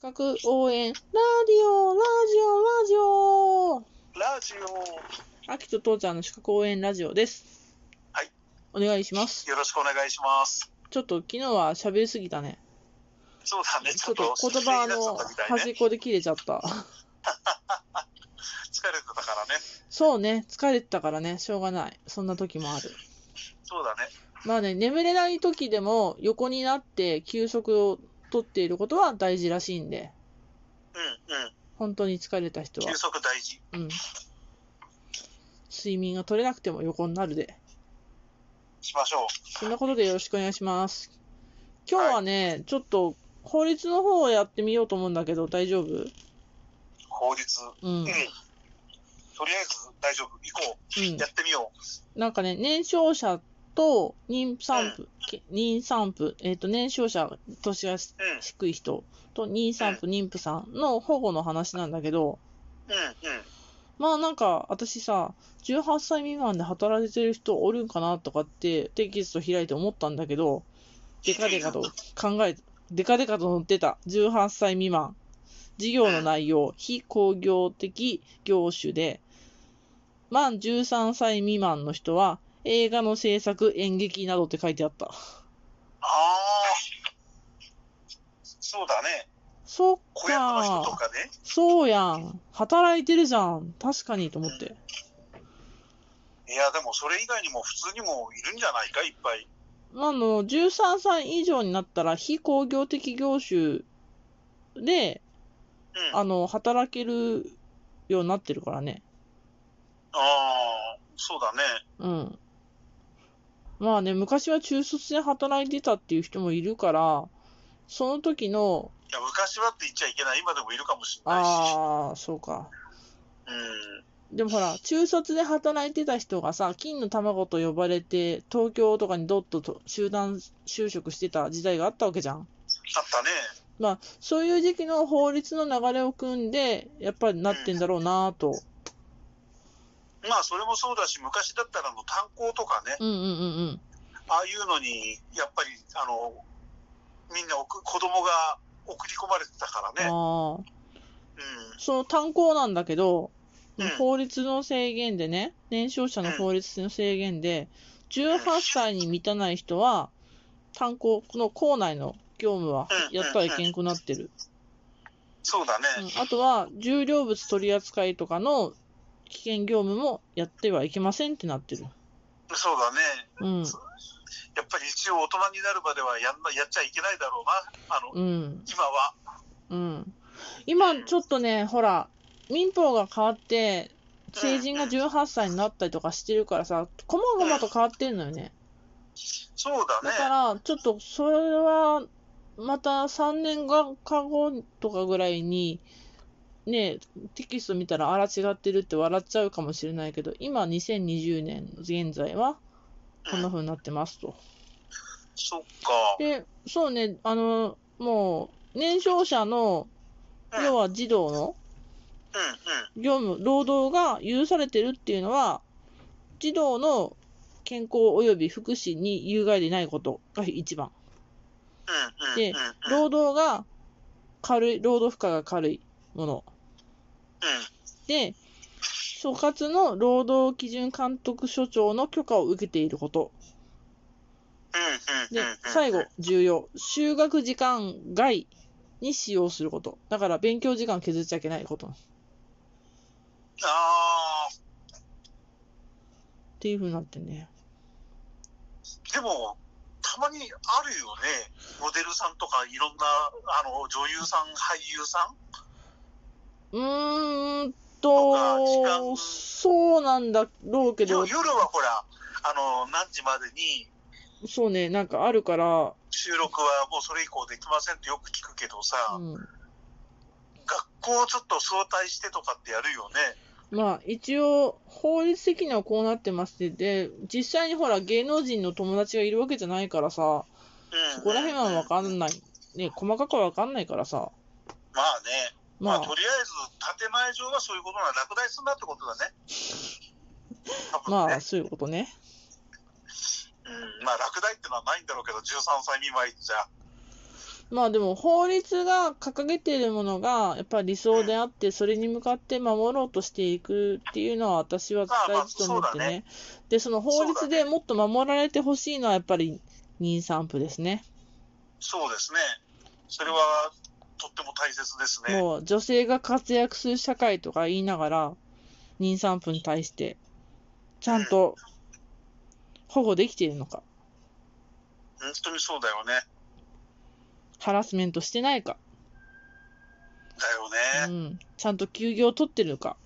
覚応援、ラジオ、ラジオ、ラジラジオ、よオ。秋と父ちゃんの資格応援ラジオです。はい。お願いします。ろしくお願いします。ちょっと昨日は喋りすぎたね。そうだね、ちちょっょっとと言葉の不思議になっちゃったみたい端ねっこで切れちゃった。疲れてたからね。そうね、疲れてたからね、しょうがない。そんな時もある。そうだね。まあね、眠れない時でも横になって休息をとっていることは大事らしいんで、うんうん。本当に疲れた人は休、息大事。うん。睡眠が取れなくても横になるで。しましょう。そんなことでよろしくお願いします。今日はね、ちょっと法律の方をやってみようと思うんだけど、大丈夫法律。うんうん。。とりあえず大丈夫。行こうんう。や。ってみよう。なんかね、年少者と妊産婦、け妊産婦、えっ、と、年少者、年がうん。うん低い人と妊産婦、妊婦さんの保護の話なんだけど、うん。まあなんか、私さ、18歳未満で働いてる人おるんかなとかって、テキスト開いて思ったんだけど、デカデカと考え、デカデカと載ってた。18歳未満。事業の内容、非工業的業種で、満13歳未満の人は、映画の制作、演劇などって書いてあった。あー。そうだね。そっ小屋の人とか、かね。そうやん。働いてるじゃん。確かにと思って。いや、でもそれ以外にも普通にもいるんじゃないか、いっぱい。あの、13歳以上になったら、非工業的業種で、うん。ああの、働けるようになってるからね。あー。そうだね。うん。まあね、昔は中卒で働いてたっていう人もいるから、その時の、いや、昔はって言っちゃいけない。今でもいるかもしれないし。ああ、そうか。うん。でもほら、中卒で働いてた人がさ、金の卵と呼ばれて、東京とかにどっとと集団就職してた時代があったわけじゃん。あったね。まあ、そういう時期の法律の流れを組んで、やっぱりなってんだろうなぁと。まあそれもそうだし、昔だったらあの炭鉱とかね、うんうんうんうん。ああいうのにやっぱりあのみんな送子供が送り込まれてたからあね、あ。うん、その炭鉱なんだけど、うん法律の制限でね、年少者の法律の制限で、18歳に満たない人は、炭鉱の校内の業務はうんやったらいけんくなってる。そうだね、ううんん、あとは、重量物取り扱いとかの危険業務もやってはいけませんってなってる。そうだね、うん。やっぱり一応大人になるまではやんなやっちゃいけないだろうな、あのうん。今は。うん、今ちょっとね、ほら、民法が変わって、成人が18歳になったりとかしてるからさ、こまごまと変わってんのよね。そうだねだ、から、ちょっとそれは、また3年がか後とかぐらいに、ね、テキスト見たらあら違ってるって笑っちゃうかもしれないけど、今2020年現在はこんなうん風になってますと。そっか、で、そうね、あの、もう、年少者の、うん要は児童の、うんうん、業務、労働が許されてるっていうのは、児童の健康及び福祉に有害でないことが一番。うんうん、でうんうん、労働が軽い、労働負荷が軽いもの。うんで、所轄の労働基準監督署長の許可を受けていること。うんでうんうん、、最後、重要。就学時間外に使用すること。だから、勉強時間削っちゃいけないこと。っああ、ていうふうになってんね。でも、たまにあるよね、モデルさんとか、いろんなあの女優さん、俳優さん。うーんとか時と、間そうなんだろうけどよ、夜はほら、あの何時までにそうね、なんかあるから、収録はもうそれ以降できませんってよく聞くけどさ、うん、学校をちょっと早退してとかってやるよね。まあ一応、法律的にはこうなってまして、で、実際にほら、芸能人の友達がいるわけじゃないからさ、うん、そこら辺はわうんかんない、ね、細かくはわかんないからさ、まあね、まあ、まあと、りあえず建前上はそういうことなら落第するなってことだね。多分まねあ、そういうことね。うん、まあ落第ってのはないんだろうけど、13歳未満じゃ。まあでも法律が掲げているものがやっぱり理想であってそれに向かって守ろうとしていくっていうのは私は大事と思ってまあまあそうだね。で、その法律でもっと守られてほしいのはやっぱり妊産婦ですね。そうですね。それはとっても大切ですね。もう女性が活躍する社会とか言いながら妊産婦に対してちゃんと保護できているのか、本当にそうだよね。ハラスメントしてないか、だようね。ん、ちゃんと休業を取ってるか。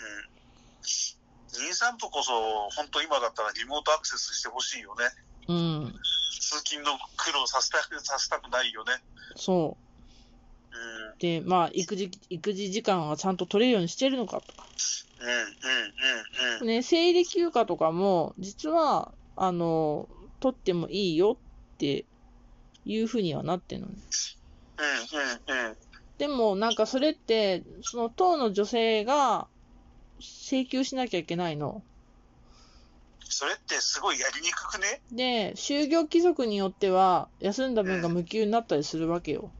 うん。妊産婦こそ、本当今だったらリモートアクセスしてほしいよね。うん、通勤の苦労させたさせたくないよね。そう。うん。で、まあ、育児、育児時間はちゃんと取れるようにしてるのかとか。うんうんうんうん。ね、生理休暇とかも、実は、あの、取ってもいいよっていうふうにはなってるのね。うんうんうん。でも、なんかそれって、その当の女性が請求しなきゃいけないの。それってすごいやりにくくねで、就業規則によっては、休んだ分が無給になったりするわけよ。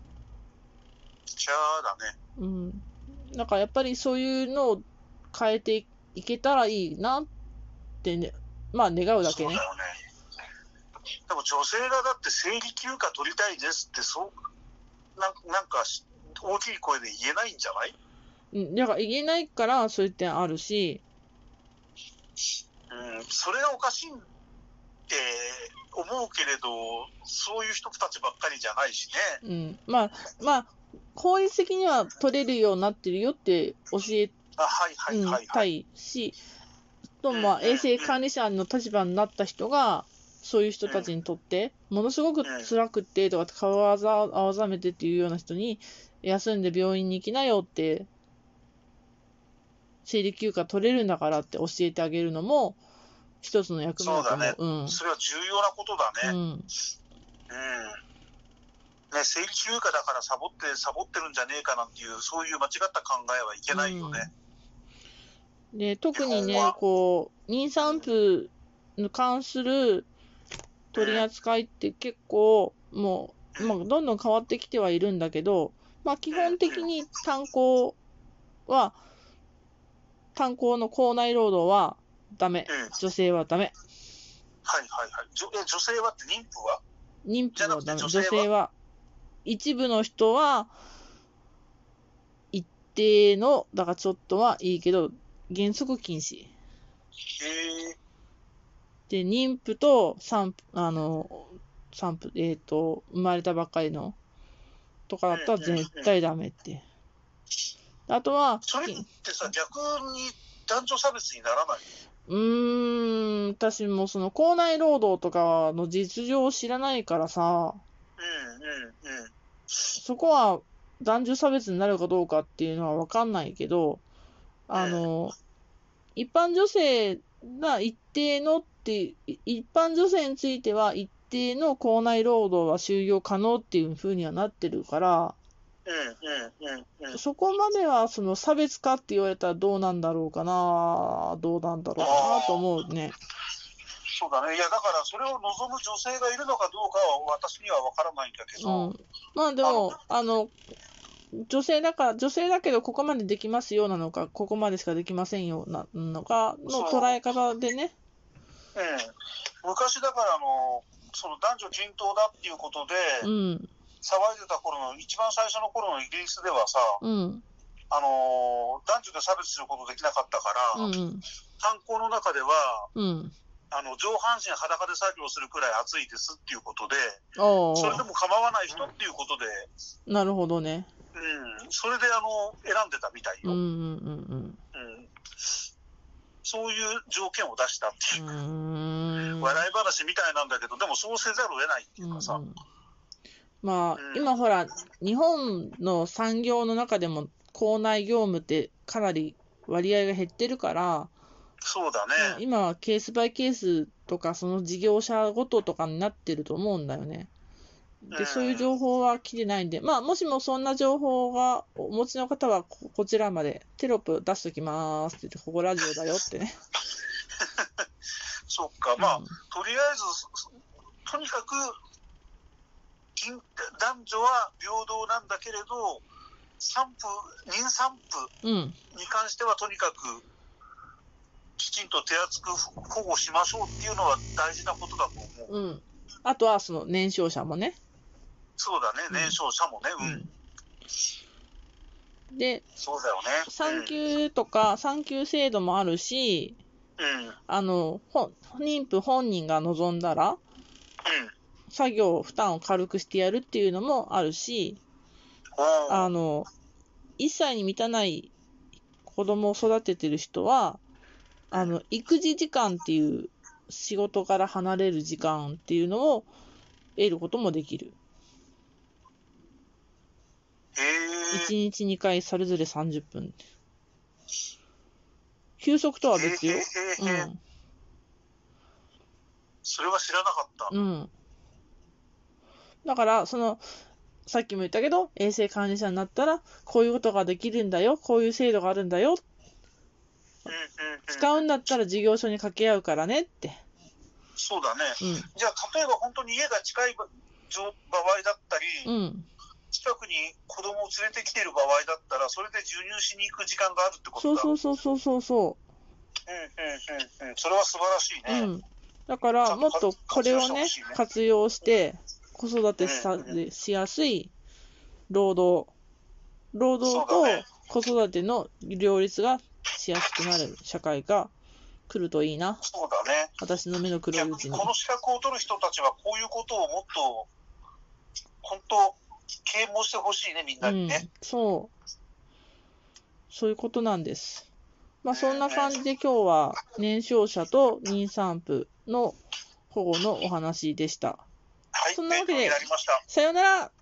ちゃーだね。うん。なんかやっぱりそういうのを変えていけたらいいなってね、まあ願うだけそうねだ。よね。でも女性がだって生理休暇取りたいですって、そう、なんなんかし大きい声で言えないんじゃないうんだから言えないからそういう点あるし、うん、それがおかしいって思うけれど、そういう人たちばっかりじゃないしね。うん、まあまあ効率的には取れるようになってるよって教えあ、はいはういんはい、たはい。いし、とまあ衛生管理者の立場になった人がそういう人たちにとってものすごく辛くってとか顔をあざあわざめてっていうような人に休んで病院に行きなよって生理休暇取れるんだからって教えてあげるのも一つの役目だと思う。うんそれは重要なことだうね。んうんね、生理休暇だからサボって、サボってるんじゃねえかなんていう、そういう間違った考えはいけないよね。うんで特に基本ねは、こう、妊産婦に関する取り扱いって結構、もう、まあ、どんどん変わってきてはいるんだけど、まあ、基本的に炭鉱は、炭鉱の校内労働はダメ。うん、はい女性はダメ。はいはい。じょえ女性はって妊婦は妊婦はダメ。じゃなくて女女性は性は、一部の人は、一定の、だからちょっとはいいけど、原則禁止。へえで、妊婦と産婦、あの、産婦、えっ、と、生まれたばっかりのとかだったら絶対ダメって。あとは、それってさ、逆に男女差別にならないうーん、私もその、校内労働とかの実情を知らないからさ、うんうんうん。そこは男女差別になるかどうかっていうのはわかんないけど、あの、一般女性が一定のって、い一般女性については一定の校内労働は就業可能っていうふうにはなってるから、うんうんうんうん。そこまではその差別化って言われたらどうなんだろうかな、どうなんだろうかなと思うね。そうだね。いや、だからそれを望む女性がいるのかどうかは私には分からないんだけうど、ん。まあでも、あの、女性だから、女性だけどここまでできますよなのか、ここまでしかできませんよなのか、の捉え方でね。ええ昔だからあの、その男女均等だっていうことで、うん、騒いでた頃の、一番最初の頃のイギリスではさ、うん、あのー男女で差別することできなかったかうら、ん、炭鉱の中では、うん。あの、上半身裸で作業するくらい暑いですっていうことで、おそれでーも構わない人っていうことで、なるほどね。うん、それであの、選んでたみたいうん、よ。ううんん、そういう条件を出したってういう、ん。うーん。笑い話みたいなんだけど、でもそうせざるを得ないっうていうんうかさ、んまあう、ん今ほら、日本の産業の中でも、校内業務ってかなり割合が減ってるから、そうだもうね。今はケースバイケースとか、その事業者ごととかになってると思うんだよね。うで、んそういう情報は来てないんで、まあ、もしもそんな情報がお持ちの方は、ここちらまでテロップ出しときますって言って、ここラジオだよって ね。そっか、まあ、とりあえず、とにかく、均男女は平等なんだけれど、産婦、妊産婦うん。に関してはとにかくきちんと手厚く保護しましょうっていうのは大事なことだと思う。うん。あとは、その、年少者もね。そうだね、うん年少者もね、うん、うん。で、そうだよね。産休とか、産休制度もあるし、うん、うん、うん、あの、ほ妊婦本人が望んだら、作業、負担を軽くしてやるっていうのもあるし、おあの、1歳に満たない子供を育ててる人は、あの、育児時間っていう仕事から離れる時間っていうのを得ることもできる。へえ1日2回それぞれ30分。休息とは別よへ。ーへーへーそれは知らなかった。うん。うん。だから、その、さっきも言ったけど、衛生管理者になったら、こういうことができるんだよ、こういう制度があるんだようんうんうん使うんだったら事業所に掛け合うからねって。そうだね。うじゃあ、例えば本当に家が近い場場合だったり、ん。うん。近くに子供を連れてきてる場合だったら、それで授乳しに行く時間があるってこそとうだ。そうそうそうそうそ。うんうんうんうん。それは素晴らしいううね。ん。だから、もっとこれをね、活用して、子育てさしやすい労働、労働そうとだね子育ての両立がしやすくなる社会が来るといいな。そうだね。私の目の黒逆いうにちにこ。の資格を取る人たちは、こういうことをもっと、本当、啓蒙してほしいね、みんうなにんね。、そう。そういうことなんです。まあ、そんな感じで今日は年少者と妊産婦の保護のお話でした。はい、そんなわけで勉強になりました。さようなら